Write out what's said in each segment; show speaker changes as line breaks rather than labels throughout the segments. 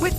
With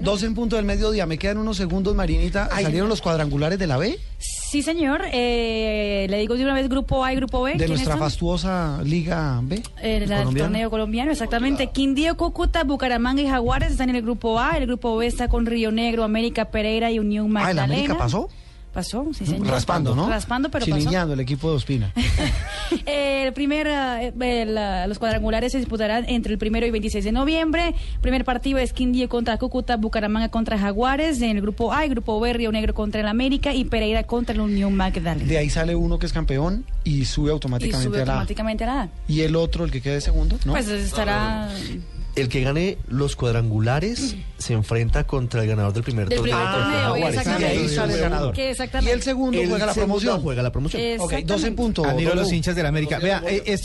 Dos en punto del mediodía, me quedan unos segundos, Marinita. ¿Salieron los cuadrangulares de la B?
Sí, señor. Eh, le digo de una vez grupo A y grupo B.
De
¿Quiénes
nuestra
son?
fastuosa Liga B.
Eh, la del
colombiana.
torneo colombiano, exactamente. Quindío, Cúcuta, Bucaramanga y Jaguares están en el grupo A. El grupo B está con Río Negro, América, Pereira y Unión
Ah, ¿el
Magdalena.
América pasó?
Pasó, sí, señor.
Raspando, ¿no?
Raspando, pero pasó.
Chiliñando el equipo de Ospina.
Eh, el primer, eh, el, eh, los cuadrangulares se disputarán entre el primero y 26 de noviembre. Primer partido es Quindío contra Cúcuta, Bucaramanga contra Jaguares. En el grupo A, el grupo B, Río Negro contra el América y Pereira contra la Unión Magdalena.
De ahí sale uno que es campeón y sube
y
automáticamente
sube
a la A.
automáticamente a la A.
Y el otro, el que quede segundo, ¿no?
Pues estará
El que gane los cuadrangulares se enfrenta contra el ganador del primer
Mm. del
torneo.
primer
Ah,
torneo.
Jaguares.
exactamente.
Y ahí sale el ganador.
Que
y
exactamente.
el segundo
El
Ah, juega la
segundo
promoción.
Juega la promoción.
Ok, dos en punto.
Admiro a
W.
los hinchas del América. Vea, eh, es-